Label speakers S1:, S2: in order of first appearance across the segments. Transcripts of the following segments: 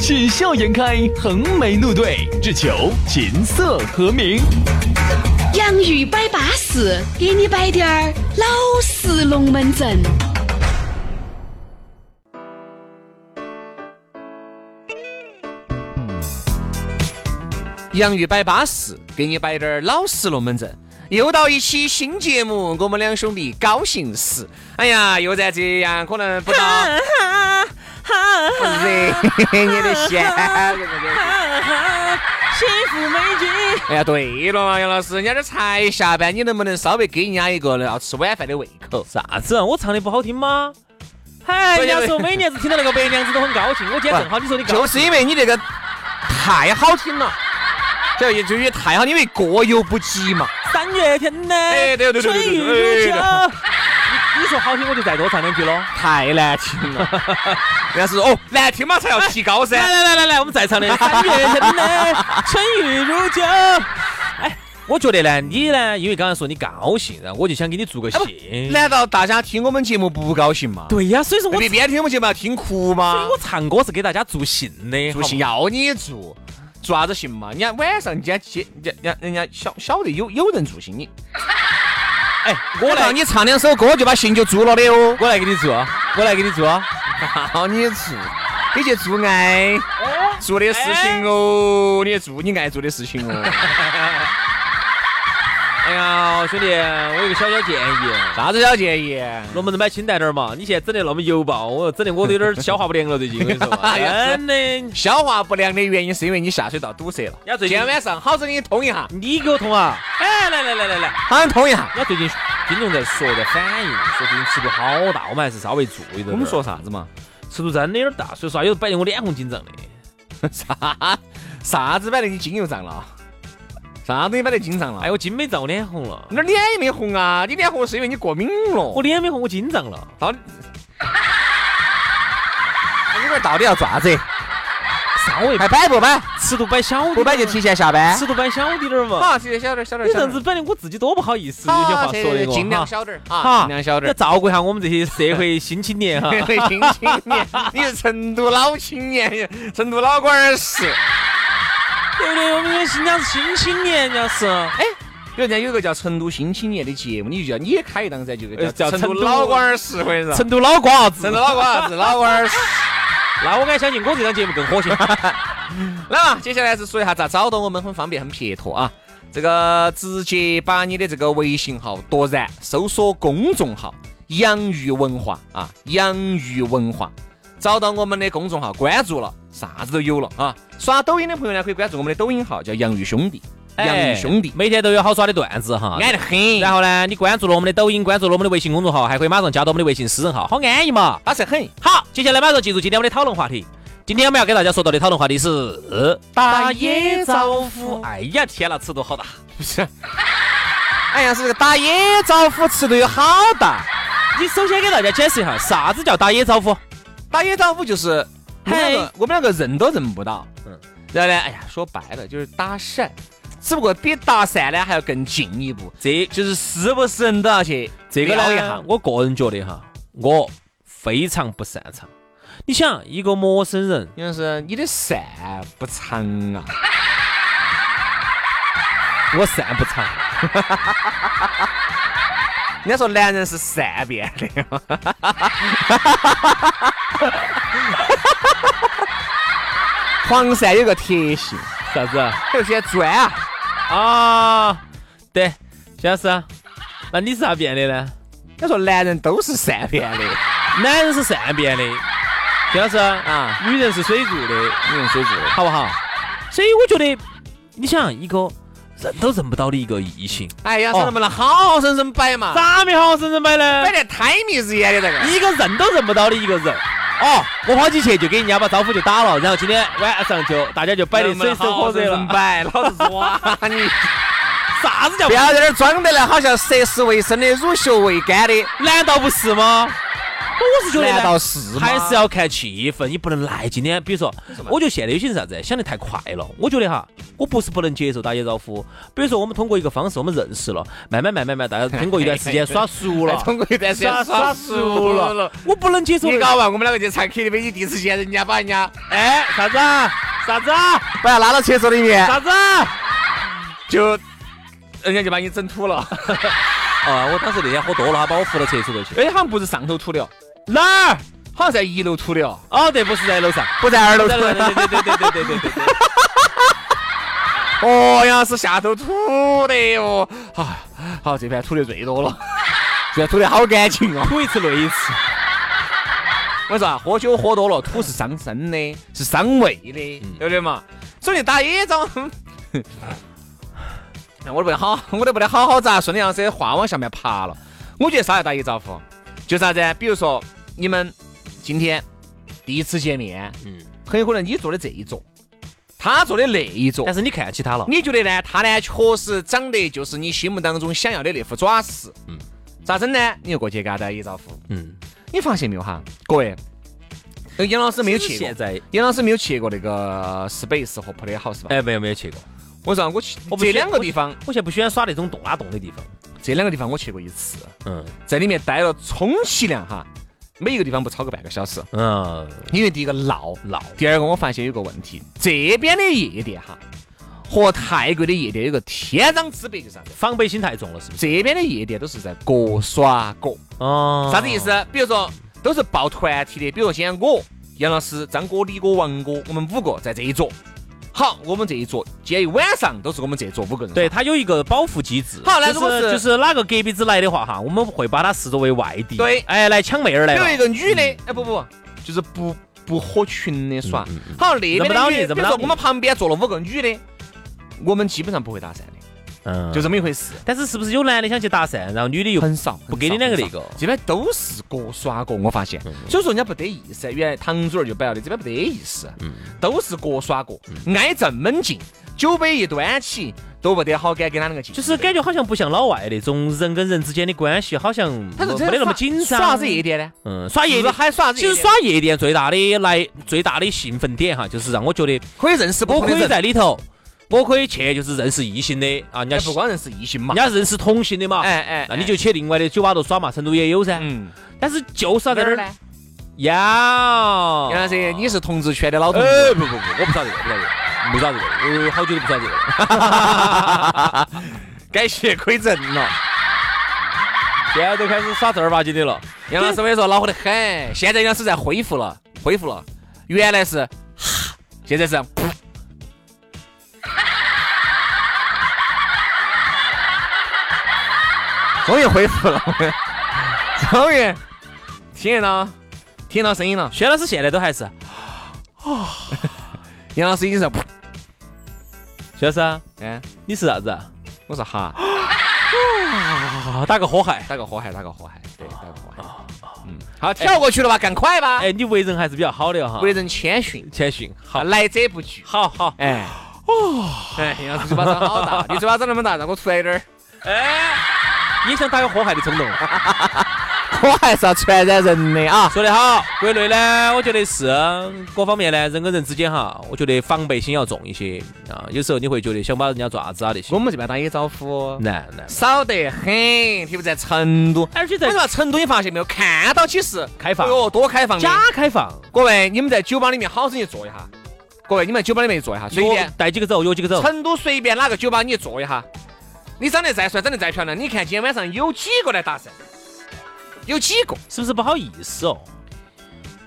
S1: 喜笑颜开，横眉怒对，只求琴瑟和鸣。
S2: 洋芋摆巴士，给你摆点儿老式龙门阵。
S3: 洋芋摆巴适，给你摆点儿老实龙门阵。又到一期新节目，我们两兄弟高兴死。哎呀，又在这样，可能不到热，你的闲。
S4: 幸福美景。
S3: 哎呀，对了嘛，杨老师，人家这才下班，你能不能稍微给人家一个要吃晚饭的胃口？啊
S4: 啥子？我唱的不好听吗？嗨，人家说每年子听到那个白娘子都很高兴，我今天正好你 说的高
S3: 就
S4: 兴。
S3: 是因为你这个太好听了，这也就因为太好，因为过犹不及嘛。
S4: 三月天呢？
S3: 哎对对对对
S4: 春雨
S3: 对对对
S4: 如酒。你你说好听，我就再多唱两句喽。
S3: 太难听了，人家是哦，难听嘛才要提高噻
S4: 来。来来来来，我们再唱的三月天呢？春雨如酒。哎，我觉得呢，你呢，因为刚才说你高兴，然后我就想给你做个
S3: 哎不
S4: 兴。
S3: 难道大家听我们节目不高兴吗？
S4: 对呀，所以说我
S3: 你边听我们节目要听哭吗？
S4: 我唱歌是给大家助兴的，
S3: 助兴
S4: 呀。
S3: 要你助，做啥子兴嘛？人家晚上人家接人家人家晓晓得有有人助兴你，
S4: 哎，我
S3: 我
S4: 来
S3: 让，你唱两首歌就把兴就做了的 哦。
S4: 我来给你做，我来给你做。
S3: 好，你做，你去做爱做的事情哦，你做你爱做的事情 哦。
S4: 哎呀，兄弟，我有个小小哎建议，
S3: 啥子小建 议？
S4: 龙门阵摆清淡点儿嘛。你现在整得那么油爆，我整得我都有点儿消化不良了，最近我跟你 说，真的。
S3: 消化不良的原因是因为你下水道堵塞了。
S4: 呀最
S3: 今
S4: 近
S3: 天晚上好生给你通一下，
S4: 你给我通啊！哎，来来来来来，
S3: 好生通一下。
S4: 人家最近听众在说在反映，说最近吃不好大，我们还是稍微注意点儿。
S3: 我们说啥子嘛？
S4: 尺度真的有点大，所以说哎有时候摆得我脸红紧张的。
S3: 啥啥子摆得你筋又胀了？啥东西摆得筋胀了？哎
S4: 哎，
S3: 呦，
S4: 我筋没胀，我脸红了
S3: 你。的脸也没红啊！你脸红是因为你过敏了。
S4: 我脸没红，我筋胀了。
S3: 到底，你们到底要咋子？
S4: 稍微
S3: 还摆不摆？
S4: 尺度摆小点儿嘛，
S3: 不摆就提前下班。
S4: 尺度摆小滴点儿嘛。
S3: 好，提前小点儿，小点儿。
S4: 你这样子摆得我自己多不好意思，
S3: 小点儿，好
S4: 有些话说的我
S3: 尽量
S4: 哈
S3: 小点儿
S4: 哈
S3: 啊，尽量小点
S4: 要
S3: 儿。
S4: 照顾一下我们这些社会新青年 哈。
S3: 新青年，你是成都老青年，成都老官儿是。
S4: 对不对？我们这新疆是新青年，人家是。
S3: 哎，人家有个叫《成都新青年》的节目，你就叫你也开一档噻，就
S4: 呃叫
S3: 成都
S4: 成都
S3: 老官儿是，我跟你说，
S4: 成都老瓜子
S3: 成都老官儿是老官儿是。
S4: 那我敢相信我这档节目更火 星。
S3: 来嘛，接下来是说一下咋找到我们，很方便，很撇脱啊。这个直接把你的这个微信号夺然，搜索公众号“养鱼文化”啊，“养鱼文化”，找到我们的公众号，关注了，啥子都有了啊。刷抖音的朋友呢，可以关注我们的抖音号，叫“养鱼兄弟”，养
S4: 哎
S3: 鱼兄弟，
S4: 每天都有好耍的段子哈。
S3: 安得很，
S4: 然后呢，你关注了我们的抖音，关注了我们的微信公众号，还可以马上加到我们的微信私人号，好安逸嘛。
S3: 巴适很。
S4: 好，接下来马上进入今天我们的讨论话题。今天我们要给大家说到的讨论话题是呃打
S3: 野招呼
S4: 哎呀，天呐，尺度好大！
S3: 哎呀，是这个打野招呼尺度有好大？
S4: 你首先给大家解释一下，啥子叫打野招呼？
S3: 打野招呼就是我们两个，我们两个认都认不到。嗯
S4: 嗯，
S3: 然后呢，哎呀，说白了就是搭讪，只不过比搭讪呢还要更进一步，
S4: 这
S3: 就是是不是人都要去
S4: 这个
S3: 撩一
S4: 呢
S3: 下，。
S4: 我个人觉得哈，我非常不擅长。你想，一个陌生人，
S3: 因为是你的善不长啊，
S4: 我擅不 长。
S3: 人家说男人是善变的， 黄鳝有个特性，
S4: 啥子啊？
S3: 有些钻啊，
S4: 啊，对，徐老师啊，那你是咋变的呢？
S3: 人家说男人都是善变的，
S4: 男人是善变的，徐老师啊，
S3: 啊，
S4: 女人是水做的，
S3: 你能水住的。
S4: 好不好？所以我觉得，你想一个认都认不到的一个异性，
S3: 哎呀，说能不能好好生生摆嘛？
S4: 咋没好生生摆呢
S3: 摆？得胎迷日眼的这个。
S4: 一个认都认不到的一个人，哦，我跑起去就给人家把招呼就打了，然后今天晚上就大家就摆的水深火热了。
S3: 摆，哎老子抓你！
S4: 啥子 叫
S3: 不要在那儿装得来，好像涉世未深的、乳臭未干的，
S4: 难道不是吗？我是觉得呢
S3: 难道是吗
S4: 还是要看气氛，你不能来今天。比如说，我觉得现在有些人啥子，想得太快了。我觉得哈，我不是不能接受打野招呼。比如说，我们通过一个方式，我们认识了，慢慢慢慢慢，大家通过一段时间耍 熟了，
S3: 通过一段时间
S4: 耍
S3: 耍
S4: 熟
S3: 熟
S4: 了
S3: 了。
S4: 我不能接受
S3: 你
S4: 那
S3: 搞
S4: 个。
S3: 嘛？我们两个去唱 KTV，你第一时间人家把人家
S4: 哎，啥子啊？啥子啊？
S3: 把他拉到厕所里面，
S4: 啥子啊？
S3: 就人家就把你整吐了。
S4: 啊！我当时那天喝多了，他把我扶到厕所头 去。
S3: 哎，好像不是上头吐的哦，
S4: 哪儿？
S3: 好像在一楼吐的哦，
S4: 哦，对，不是在楼上。
S3: 不在二楼吐
S4: 对
S3: 的。
S4: 对对对对对对对对对。
S3: 哦，杨老师下头吐的哟。啊，好，这盘吐的最多 了，这盘吐的好干净哦。
S4: 吐一次累一次。
S3: 我跟你说啊，喝酒喝多了，吐是伤身的，是伤胃的，对不对嘛？所以打野仗，哼那 我都不得好，我都不得好好咋顺着杨老师的话往下面爬了。我觉得啥叫打野招呼？就啥子？啊比如说你们今天第一次见面，
S4: 嗯
S3: 嗯，很有可能你坐的这一桌，他坐的那一桌
S4: 但，是你看起他了，
S3: 你觉得呢？他呢，确实长得就是你心目当中想要的那副爪子。
S4: 嗯
S3: 嗯，咋整呢？你就过去给他打一招呼。
S4: 嗯，
S3: 你发现没有哈，各位，呃杨老师没有去过
S4: 现，在
S3: 杨老师没有去过那个 Space 和 Play House 吧？
S4: 哎，没有没有去过。
S3: 我说我去
S4: 我，不
S3: 这
S4: 去
S3: 两个地方，
S4: 我现在不喜欢耍那种动啊动的地方。
S3: 这两个地方我去过一次，
S4: 嗯
S3: 在里面待了充其量哈，每一个地方不超过半个小时，
S4: 嗯，
S3: 因为第一个闹，
S4: 闹
S3: 第二个我发现有个问题，这边的夜店哈。和泰国的夜店有个天壤之别，就是啥子？
S4: 防备心太重了，是不是？
S3: 这边的夜店都是在各耍各，
S4: 哦
S3: 啥子意？思？比如说都是抱团体的，比如说今天我、杨老师、张哥、李哥、王哥，我们五个在这一桌。好，我们这一桌今天一晚上都是我们这一桌五个人。
S4: 对，，它有一个保护机制。
S3: 好那
S4: 就
S3: 如果
S4: 是
S3: 是
S4: 就是哪个隔壁子来的话哈，我们会把它视作为外地。
S3: 对
S4: 哎，来抢妹儿来
S3: 有一
S4: 了。嗯
S3: 个女的，哎不不，就是不不合群的耍。
S4: 嗯
S3: 好，那边
S4: 认不到
S3: 的
S4: 你
S3: 女
S4: 认
S3: 的，
S4: 不
S3: 比
S4: 到
S3: 如说
S4: 你
S3: 我们旁边坐了五个女的，我们基本上不会搭讪的，
S4: 嗯，
S3: 就。这么一回事。
S4: 但是是不是有男的想去搭讪，然后女的又
S3: 很少，
S4: 不给你两个那
S3: 很少
S4: 个嗯
S3: 这边都是各耍各，我发现，所以说人家不得意思。原来堂主儿就摆了的，这边不得意思，
S4: 嗯
S3: 都是各耍各，嗯挨这么近，酒杯一端起都不得好敢跟他那个近，
S4: 就是感觉好像不像老外那种人跟人之间的关系，好像
S3: 他说
S4: 没得那么紧张。
S3: 耍啥子夜？店呢？
S4: 嗯，耍夜
S3: 是不是
S4: 店
S3: 还耍啥子
S4: 其
S3: 夜
S4: 实
S3: 店？
S4: 耍夜店最大的来最大的兴奋点哈，就是让我觉得
S3: 可以认识不
S4: 我
S3: 同
S4: 可
S3: 的
S4: 以
S3: 人，
S4: 在里头，我可以去就是认识异性的啊，人家
S3: 哎不光认识异性嘛
S4: 人。家认识同性的嘛，
S3: 哎哎，
S4: 那你就去另外的酒吧头耍嘛，成都也有噻。
S3: 嗯，
S4: 但是就是要
S3: 在
S4: 在
S3: 哪儿
S4: 那儿
S3: 呢？
S4: 要，
S3: 杨老师，你是同志圈的老同
S4: 哎
S3: 志，
S4: 不不不，我不耍这个，不耍这个，不耍这个，我好久都不耍这个了。
S3: 该学亏人了。
S4: 现在都开始耍正儿八经的了。
S3: 杨老师，我跟你说，恼火得很。现在杨老师在恢复了，恢复了。原来是，现在是， 终于恢复了，终于听得到，听得到声音了。
S4: 薛老师现在都还是
S3: 杨老师已经是，
S4: 薛老师啊，
S3: 嗯，
S4: 你是啥子啊？
S3: 我说哈，
S4: 啊，打个火海。
S3: 打个火海，打个火海，对，打个火海。嗯，好，跳过去了吧，干快吧。
S4: 哦哎，你为人还是比较好的哈，
S3: 为人谦逊，
S4: 谦逊。好，
S3: 来者不拒。
S4: 好好。
S3: 哎，哦，哎，杨老师嘴巴张好大，你嘴巴张那么大，让我出来一点儿。
S4: 也想打个火海的冲动。
S3: 我还是要传染人的啊！
S4: 说得好，国内呢，我觉得是嗯各方面呢，人跟人之间哈，我觉得防备心要重一些啊。有时候你会觉得想把人家爪子啊那些
S3: 我，们这边打野招呼
S4: 难难。
S3: 少得很，特别在成都。
S4: 而且
S3: 你
S4: 在
S3: 说成都，你发现没有？看到起是
S4: 开放
S3: 哦，多开放的。
S4: 假开放，
S3: 各位，你们在酒吧里面好生去坐一下。各位，你们在酒吧里面坐一下，随
S4: 我
S3: 便。
S4: 带几个走，有几个走。
S3: 成都随便哪个酒吧你去坐一下，你长得再帅，长得再漂亮，你看今天晚上有几个来搭讪？有几个？
S4: 是不是不好意思哦？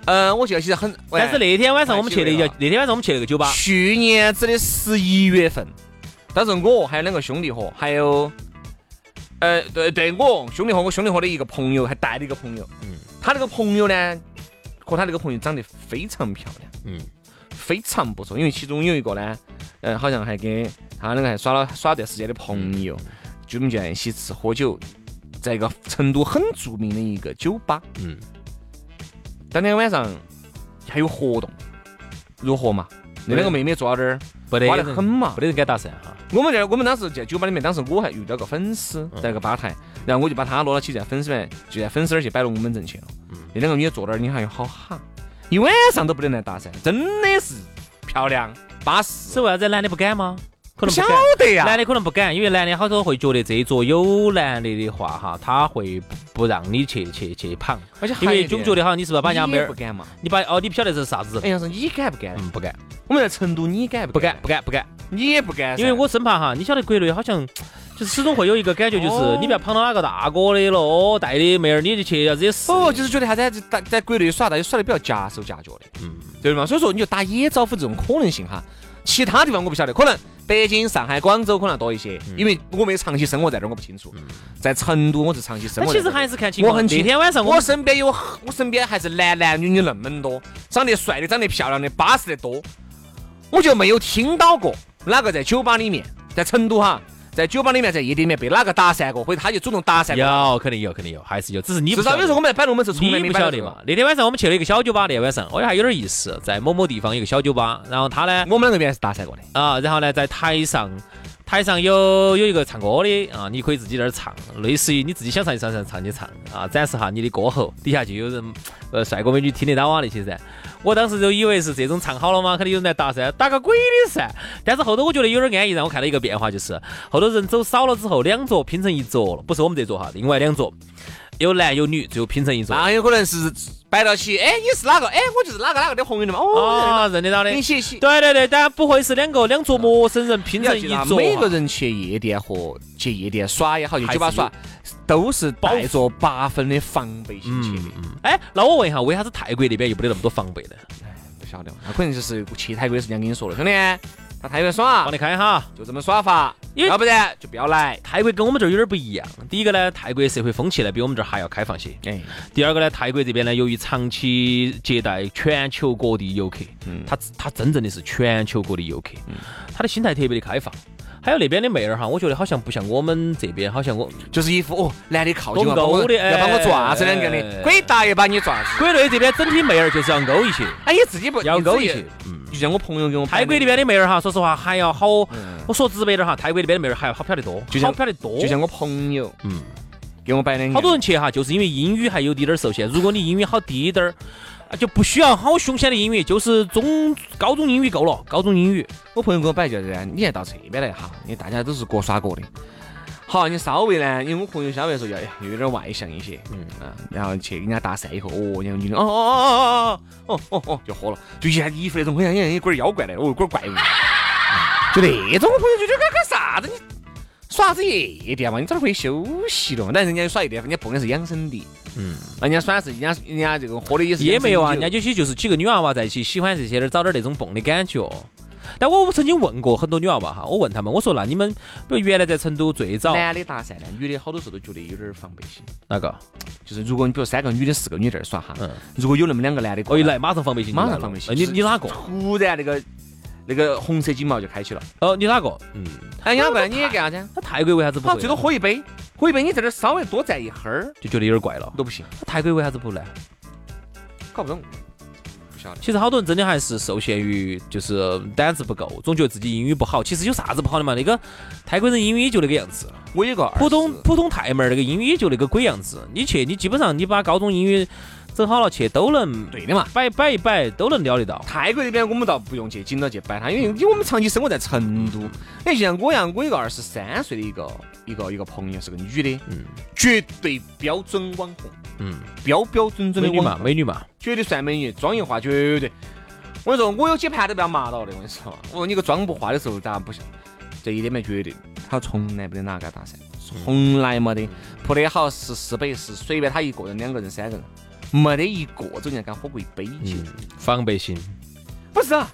S3: 嗯，我觉得其实很。喂
S4: 但是那天晚上我们去那
S3: 哎几位
S4: 家
S3: 啊，
S4: 那天晚上我们去那个酒吧，
S3: 去年子的十一月份，当时我还有两个兄弟伙，还有，呃，对对，我兄弟伙，我兄弟伙的一个朋友还带了一个朋友，
S4: 嗯
S3: 嗯，他那个朋友呢，和他那个朋友长得非常漂亮，
S4: 嗯
S3: 嗯，非常不错，因为其中有一个呢，呃，好像还跟他两个还耍了耍了段时间的朋友，
S4: 嗯
S3: 就我们就在一起吃喝酒，在一个成都很著名的一个酒吧，
S4: 嗯
S3: 当天晚上还有活动，如何嘛？那两个妹妹坐到这儿，
S4: 不得
S3: 瓜得很嘛
S4: 不得人敢搭讪哈。
S3: 我们在我们当时在酒吧里面，当时我还遇到个粉丝在那个吧台，
S4: 嗯
S3: 然后我就把他拉到起，在粉丝面就在粉丝那儿去摆龙门阵去了。
S4: 嗯
S3: 那两个女的坐那儿，你看有好哈，一晚上都不得来搭讪，真的是漂亮巴适
S4: 所。以为啥子男的不敢吗？可
S3: 不
S4: 能不
S3: 晓
S4: 敢。
S3: 得呀，
S4: 男的可能不敢，因为男的好多会觉得这一桌有男的的话哈，他会不不让你去去去捧，
S3: 而且
S4: 因为总觉
S3: 得
S4: 得哈，你是不是把人家妹
S3: 不
S4: 儿，
S3: 敢嘛。
S4: 你把哦，你不晓得这是啥子
S3: 哎，？杨生，你敢不敢？
S4: 嗯，不敢，
S3: 我们在成都，你敢
S4: 不
S3: 不
S4: 敢，不敢，不敢，
S3: 你也不敢噻，
S4: 因为我生怕哈，你晓得国内好像就是始终会有一个感觉，就是
S3: 哦
S4: 你不要捧到哪个大哥的了，哦，带的妹儿，你就去啊啥子也是。
S3: 哦，就是觉得啥子，在在国内耍，大家耍得比较夹手夹脚的，
S4: 嗯
S3: 对嘛？所以说，你就打野招呼这种可能性哈，其他地方我不晓得，可能北京、上海、广州可能多一
S4: 嗯
S3: 些，因为我没有长期生活在这儿，我不清楚。在成都，我是长期生
S4: 那
S3: 活。
S4: 其实还。是看情况。
S3: 我很清
S4: 那天晚上我
S3: 我
S4: 们
S3: 身边有，我身边还是男男女女那么多，长得帅的、长得漂亮的、巴适的多，我就没有听到过哪个在酒吧里面，在成都哈，在酒吧里面，在夜店里面被哪个搭讪过，或者他就主动搭讪过他。
S4: 有肯定有肯定有，还是有，只是你不
S3: 至少
S4: 晓
S3: 有
S4: 得
S3: 时候我们在摆龙门阵，从来
S4: 你
S3: 没
S4: 不
S3: 摆到
S4: 晓
S3: 这
S4: 得
S3: 个
S4: 嘛？那天晚上我们去了一个小酒吧，那天晚上我觉得还有点意思，在某某地方一个小酒吧，然后他呢，
S3: 我们两个原来是搭讪过的。
S4: 啊，然后呢，在台上，台上有有一个唱歌的啊，你可以自己在那儿唱，类似于你自己想唱就唱唱唱就唱啊，展示下你的歌喉，底下就有人呃帅哥美女听得到啊那些噻。我当时就以为是这种唱好了嘛，肯定有人来搭噻，搭个鬼的噻。但是后头我觉得有点安逸，让我看到一个变化，就是后头人走少了之后，两桌拼成一桌了，不是我们这桌哈，另外两桌有男有女，最后拼成一桌。
S3: 那有可能是摆到起，哎，你是哪个？哎，我就是哪个哪个的朋友的嘛。哦，
S4: 啊，认得到的。
S3: 你写写。
S4: 对对对，当然不会是两个两桌陌生人拼
S3: 你
S4: 成
S3: 要
S4: 一
S3: 记得啊
S4: 桌
S3: 每
S4: 哈
S3: 个。人去夜店和去夜店耍也好，去酒吧
S4: 还是
S3: 耍，都是带着八分的防备心去的。
S4: 哎，那我问一下，为啥子泰国那边又没得那么多防备呢？
S3: 不晓得嘛，那可能就是去泰国的时候人家跟你说了，兄弟，到泰国
S4: 放
S3: 耍
S4: 得开哈，
S3: 啊就这么耍法，
S4: 因为
S3: 要不然就不要来。
S4: 泰国跟我们这儿有点不一样。第一个呢，泰国社会风气呢比我们这儿还要开放些。
S3: 哎，
S4: 第二个呢，泰国这边呢，由于长期接待全球各地游客，
S3: 嗯
S4: 他他真正的是全球各地游客，他的心态特别的开放。还有那边的妹儿哈，我觉得好像不像我们这边，好像我
S3: 就是一副哦，男的靠近我，
S4: 懂
S3: 把我
S4: 勾的
S3: 要把我抓子两个
S4: 哎
S3: 的，鬼打也把你抓子。
S4: 国内这边整体妹儿就是要 勾一些，
S3: 哎，你自己不
S4: 要勾一，
S3: 你
S4: 些嗯
S3: 自。己就像我朋友跟我摆
S4: 泰
S3: 的
S4: 国那边的妹儿哈，说实话还要好，我说直白点儿哈，泰国那边的妹儿还要好漂得多，
S3: 嗯就像
S4: 好漂得多，
S3: 就像我朋友，
S4: 嗯
S3: 嗯，给我摆的，
S4: 好多人去哈，就是因为英语还有滴点儿受限。如果你英语好低点儿，啊就不需要好凶险的英语，就是中高中英语够了，高中英语。
S3: 我朋友给我摆就是，你还到这边来哈，因为大家都是各耍各的。好，你稍微呢，因为我朋友稍微说要有点外向一些，嗯啊，然后去跟人家搭讪以后，哦，那个女的，哦哦哦哦哦哦哦，就喝了，就一下衣服那种，哎好像像一滚妖怪的，哦，一滚怪物，嗯就那种，我朋友就觉得哎干干啥子你。耍啥子夜店嘛，你早点回去休息了嘛。但人家耍夜店，人家蹦的是养生的，嗯，人家耍的是人家人家这个喝的也是
S4: 也没有啊，
S3: 养生
S4: 人家
S3: 酒
S4: 有些就是几个女娃娃在一起，喜欢这些的，找点那种蹦的感觉。但我曾经问过很多女娃娃哈，我问她们，我说那你们，比如原来在成都最早
S3: 男的搭讪呢，女的好多时候都觉得有点防备心。
S4: 那个，
S3: 就是如果你比如三个女的、四个女在这儿耍哈，
S4: 嗯
S3: 如果有那么两个男的过
S4: 哦一来马上防备心就来
S3: 马
S4: 了，
S3: 上防备心
S4: 呃你
S3: 就是
S4: 你哪个？
S3: 突然那个那个红色警报就开启了。
S4: 哦，你哪个？嗯，
S3: 哎，杨怪，你也干啥 子？
S4: 那泰国为啥子不
S3: 好，
S4: 会
S3: 最
S4: 呢？
S3: 多喝一杯，喝一杯，你在这儿稍微多站一会儿
S4: 就觉得有点怪了。
S3: 都不行，
S4: 那泰国为啥子不呢？
S3: 搞不懂，不晓得。
S4: 其实好多人真的还是受限于就是嗯胆子不够，总觉得自己英语不好。其实有啥子不好的嘛？那个泰国人英语也就那个样子，
S3: 我有个儿子
S4: 普通普通泰妹儿那个英语也就那个鬼样子。你去，你基本上你把高中英语整好了去，都能
S3: 对的嘛。
S4: 摆摆一摆，都能聊得到。
S3: 泰国那边我们倒不用去紧到去摆他，因为因为我们长期生活在成都。你就像我一样，我有个二十三岁的一个一个一个朋友，是个女的，
S4: 嗯
S3: 绝对标准网红，
S4: 嗯，
S3: 标标准准
S4: 美
S3: 的
S4: 女
S3: 网
S4: 嘛，
S3: 红。
S4: 美女嘛，
S3: 绝对算美女，妆一化绝对。我跟你说，我有几盘都被他麻到的。我跟你说， 我说你个妆不化的时候，咋不行？这一点没绝对，他从来没得哪个搭讪，从来没
S4: 嗯
S3: 得铺得好是四百是随便他一个人、两个人、三个人，没得一个走人家敢喝过一杯酒。
S4: 嗯，防备心。
S3: 不是啊，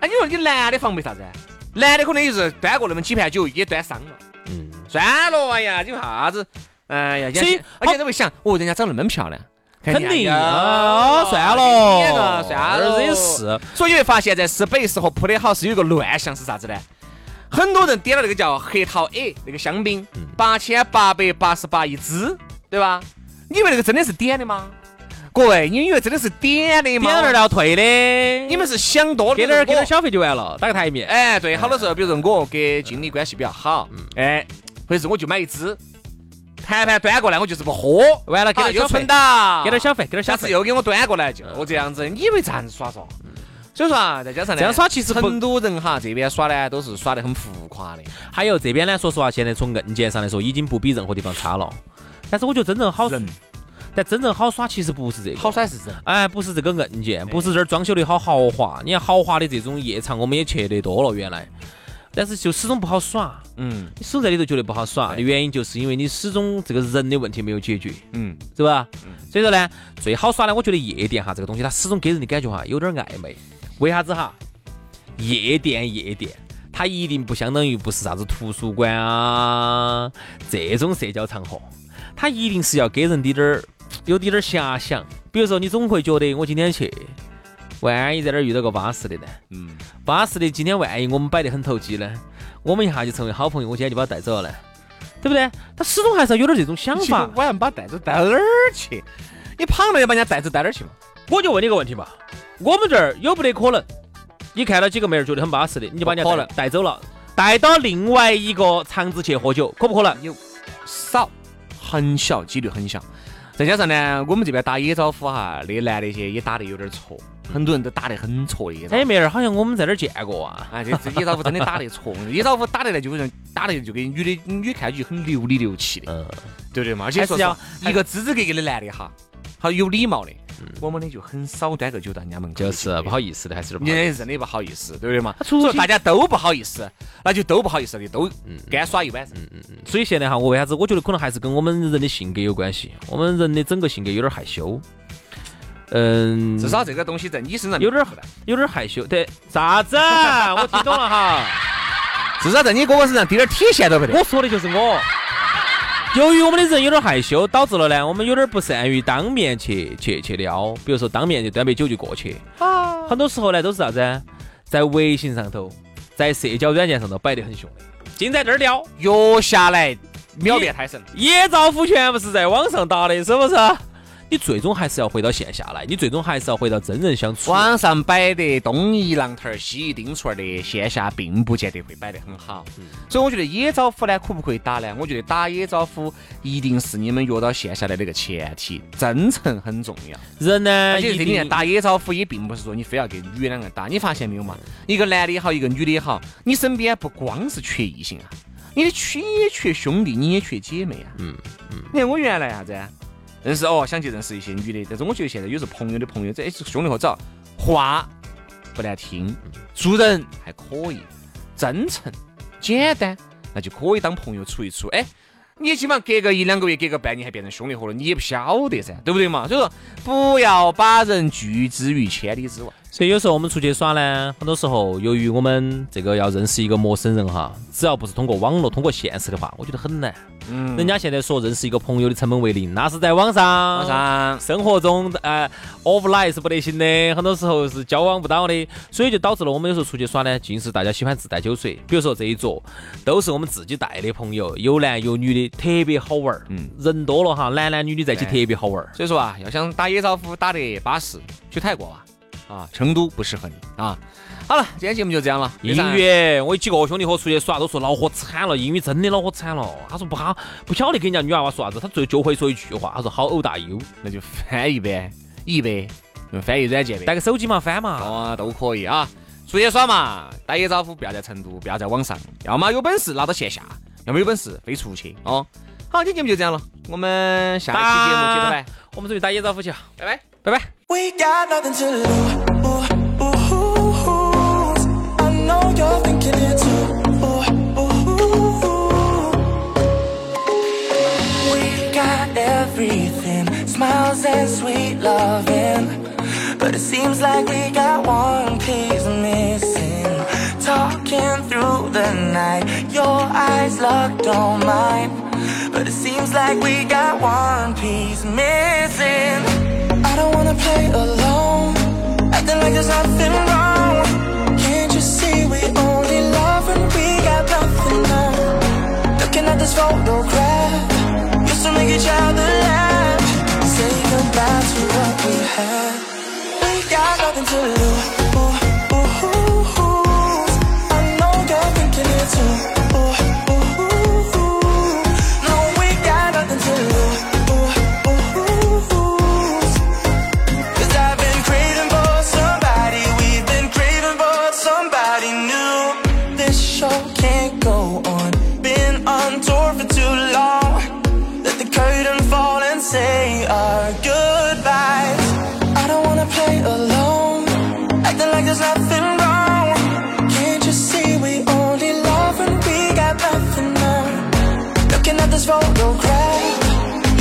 S3: 哎，你说你男的防备啥子啊？男的可能也是端过那么几盘酒，也端伤了，
S4: 嗯，
S3: 算了，哎呀，有啥子？哎呀，人家
S4: 所以
S3: 而且都会想，哦，人家长那么漂亮，看
S4: 肯
S3: 人
S4: 定
S3: 家
S4: 啊，算
S3: 哎呀
S4: 了，
S3: 算了，哎
S4: 这也是。
S3: 所以你会发现，在 Space 和 Playhouse 有一个乱象是啥子呢？很多人点了那个叫黑桃 A 那个香槟，
S4: 嗯
S3: 八千八百八十八一支，对吧？你以为那个真的是点的吗？各位，音乐真的是点的嘛，
S4: 点儿了退的，
S3: 你们是想多了，
S4: 给点儿给点儿小费就完了，打个台面。
S3: 哎，对，好多时候，比如说我跟经理关系比较好，
S4: 嗯
S3: 哎，或者是我就买一支，盘盘端过来，我就是不喝，
S4: 完了给
S3: 啊
S4: 点儿
S3: 又
S4: 小费
S3: 存，档，
S4: 给点儿小费，嗯给点儿
S3: 下
S4: 小
S3: 次
S4: 费。
S3: 又给我端过来，就我这样子，你以为咋子耍嗦？所以说啊，再加上呢，
S4: 嗯这样耍其实不
S3: 成都人哈这边耍呢都是耍得很浮夸的，
S4: 还有这边呢，说实话，现在从硬件上来说，已经不比任何地方差了。但是我觉得真正好，但真正好耍其实不是这个，
S3: 耍是人。
S4: 哎，不是这个硬件，不是这儿装修的好豪华。你看豪华的这种夜场，我们也去得多了原来，但是就始终不好耍。
S3: 嗯
S4: 你始终在里头觉得不好耍的原因，就是因为你始终这个人的问题没有解决，
S3: 嗯，
S4: 是吧？所以说呢，最好耍的，我觉得夜店哈这个东西，它始终给人的感觉哈有点暧昧。为啥子哈？夜店夜店，它一定不相当于不是啥子图书馆啊这种社交场合，它一定是要给人滴点儿有滴点儿遐想。比如说，你总会觉得我今天去，万一在那儿遇到个巴适的呢？嗯，巴适的，今天万一我们摆得很投机呢，我们一下就成为好朋友，我今天就把他带走了呢，对不对？他始终还是要有点这种想法。
S3: 晚上把带走带到哪儿去？你胖了要把人家带走带哪儿去嘛？
S4: 我就问你一个问题吧，我们这儿有不得可能？你看到几个妹儿觉得很巴适的，你就把人家
S3: 不可
S4: 带带走了，带到另外一个场子去喝酒，可不可能？
S3: 有少，很小，几率很小。再加上呢，我们这边打野招呼哈，那男的些也打得有点挫，很多人都打得很挫的野招
S4: 这
S3: 呼。
S4: 哎妹儿好像我们在这儿见过啊。
S3: 哎，这这野招呼真的打得挫，野招呼打得来就会让打得就跟女的女看起就很流里流气的，
S4: 嗯，
S3: 对不对嘛？而
S4: 还
S3: 且
S4: 是
S3: 说实话
S4: 要
S3: 一个支支格格的男的哈，好有礼貌的，我们呢就很少端个酒到人家门口去，
S4: 不好意思的，还是有
S3: 你
S4: 点
S3: 真的不好意思，对不对嘛？
S4: 出
S3: 所以
S4: 去
S3: 大家都不好意思，那就都不好意思的，都
S4: 嗯
S3: 干耍一晚上。
S4: 不好意思。所以现在哈，我为啥子？我觉得可能还是跟我们人的性格有关系。我们人的整个性格有点害羞，嗯，
S3: 至少这个东西在你身上
S4: 有点
S3: 不来
S4: 有点害羞。对，啥子？我听懂了哈。
S3: 至少在你哥哥身上滴点儿体现都不得。
S4: 我说的就是我。由于我们的人有点害羞，导致了呢，我们有点不善于当面去去去撩，比如说当面就端杯酒就过去。很多时候呢，都是啥子啊，在微信上头，在社交软件上头摆得很凶的，尽在这儿撩，
S3: 约下来秒变胎神，
S4: 野招呼全部是在网上打的，是不是？你最终还是要回到线下来，你最终还是要回到真人相处。
S3: 网上摆的东一榔头儿西一钉锤儿的，线下并不见得会摆得很好。所以我觉得野招呼呢，可不可以打呢？我觉得打野招呼一定是你们约到线下来的一个前提，真诚很重要。
S4: 人呢，
S3: 而且
S4: 一
S3: 这
S4: 定
S3: 里面打野招呼也并不是说你非要跟女的两个打，你发现没有嘛？一个男的也好，一个女的也好，你身边不光是缺异性啊，你的缺也缺兄弟，你也缺姐妹啊。嗯嗯。你看我原来啥子啊？认识哦，想去认识一些女的，但是我觉得现在有时候朋友的朋友，这哎这个兄弟伙子啊，话不难听，做人还可以，真诚简单，那就可以当朋友处一处。哎，你起码隔个一两个月，隔个半年还变成兄弟伙了，你也不晓得噻，对不对嘛？所以说，不要把人拒之于千里之外。
S4: 所以有时候我们出去耍呢，很多时候由于我们这个要认识一个陌生人哈，只要不是通过网络、通过现实的话，我觉得很难。
S3: 嗯
S4: 人家现在说认识一个朋友的成本为零，那是在网上。
S3: 网上
S4: 生活中呃 offline 是不得行的，很多时候是交往不到的，所以就导致了我们有时候出去耍呢，尽是大家喜欢自带酒水。比如说这一桌都是我们自己带的朋友，有男有女的，特别好玩儿。
S3: 嗯
S4: 人多了哈，男男女女在一起特
S3: 对
S4: 别好玩儿。
S3: 所以说啊，要想打野招呼打得巴适，去泰国吧，啊，成都不适合你啊。好了，今天节目就这样了。
S4: 英语，我有几个兄弟伙出去耍，都说恼火惨了，英语真的恼火惨了。他说不好，不晓得给人家女娃娃说啥子，他最就会说一句话，他说好欧大 U，
S3: 那就翻译呗，译呗，用翻译软件呗。
S4: 带个手机嘛翻嘛。
S3: 哦，都可以啊。出去耍嘛，打野招呼不要在成都，不要在网上，要么有本事拿到线下，要么有本事飞出去哦。好，今天节目就这样了，我们下一期节目接着来，
S4: 我们准备打野招呼去啊，
S3: 拜拜。
S4: 拜拜。
S5: We got nothing to lose. Ooh, ooh, ooh, ooh. I know you're thinking it too. Ooh, ooh, ooh, ooh. We got everything, smiles and sweet loving, but it seems like we got one piece missing. Talking through the night, your eyes locked on mine, but it seems like we got one piece missing. I don't wanna play alone. Acting like there's nothing wrong. Can't you see we only love when we got nothing on? Looking at this photograph, used to make each other laugh. Say goodbye to what we nothing to lose. Ooh, ooh, ooh, ooh. I know you're thinking it too. Ooh, ooh, ooh, ooh. No, we got nothing to lose. Ooh, ooh, ooh, ooh. Cause I've been craving for somebody. We've been craving for somebody new. This show can't go on. Been on tour for too long. Let the curtain fall and say our goodbyes. I don't wanna play alone. Acting like there's nothing wrong. Can't you see we only love when we got nothing on? Looking at this photograph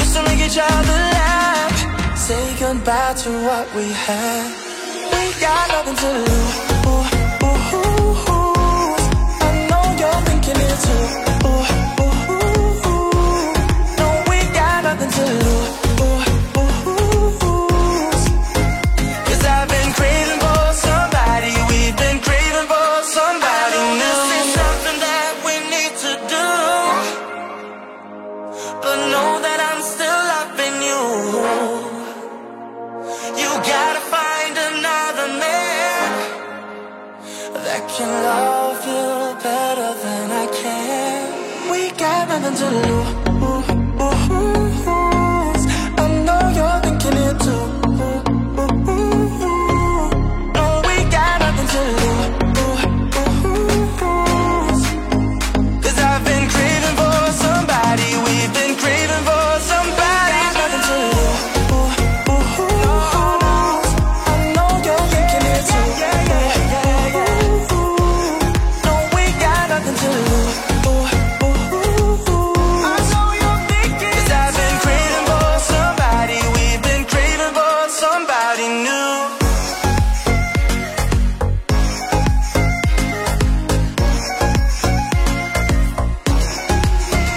S5: Used to make each other laugh Say goodbye to what we had We got nothing to lose Ooh, ooh, ooh, ooh. I know you're thinking it too Ooh, ooh, ooh, ooh. No, we got nothing to lose Ooh, ooh, ooh, ooh. Cause I've been craving for somebody. We've been craving for somebody. This is something that we need to do. But know that I'm still loving you. You gotta find another man that can love you better than I can. We got nothing to lose. I know you're thinking it too. No, we got nothing to lose. Cause I've been craving for somebody. We've been craving for somebody. Got nothing to lose. I know you're thinking it too. No, we got nothing to lose. I know you're thinking. Cause I've been craving for somebody. We've been craving for somebody new.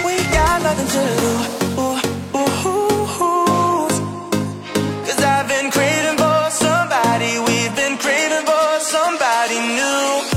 S5: We got nothing to lose. Ooh, ooh, ooh, ooh. Cause I've been craving for somebody. We've been craving for somebody new.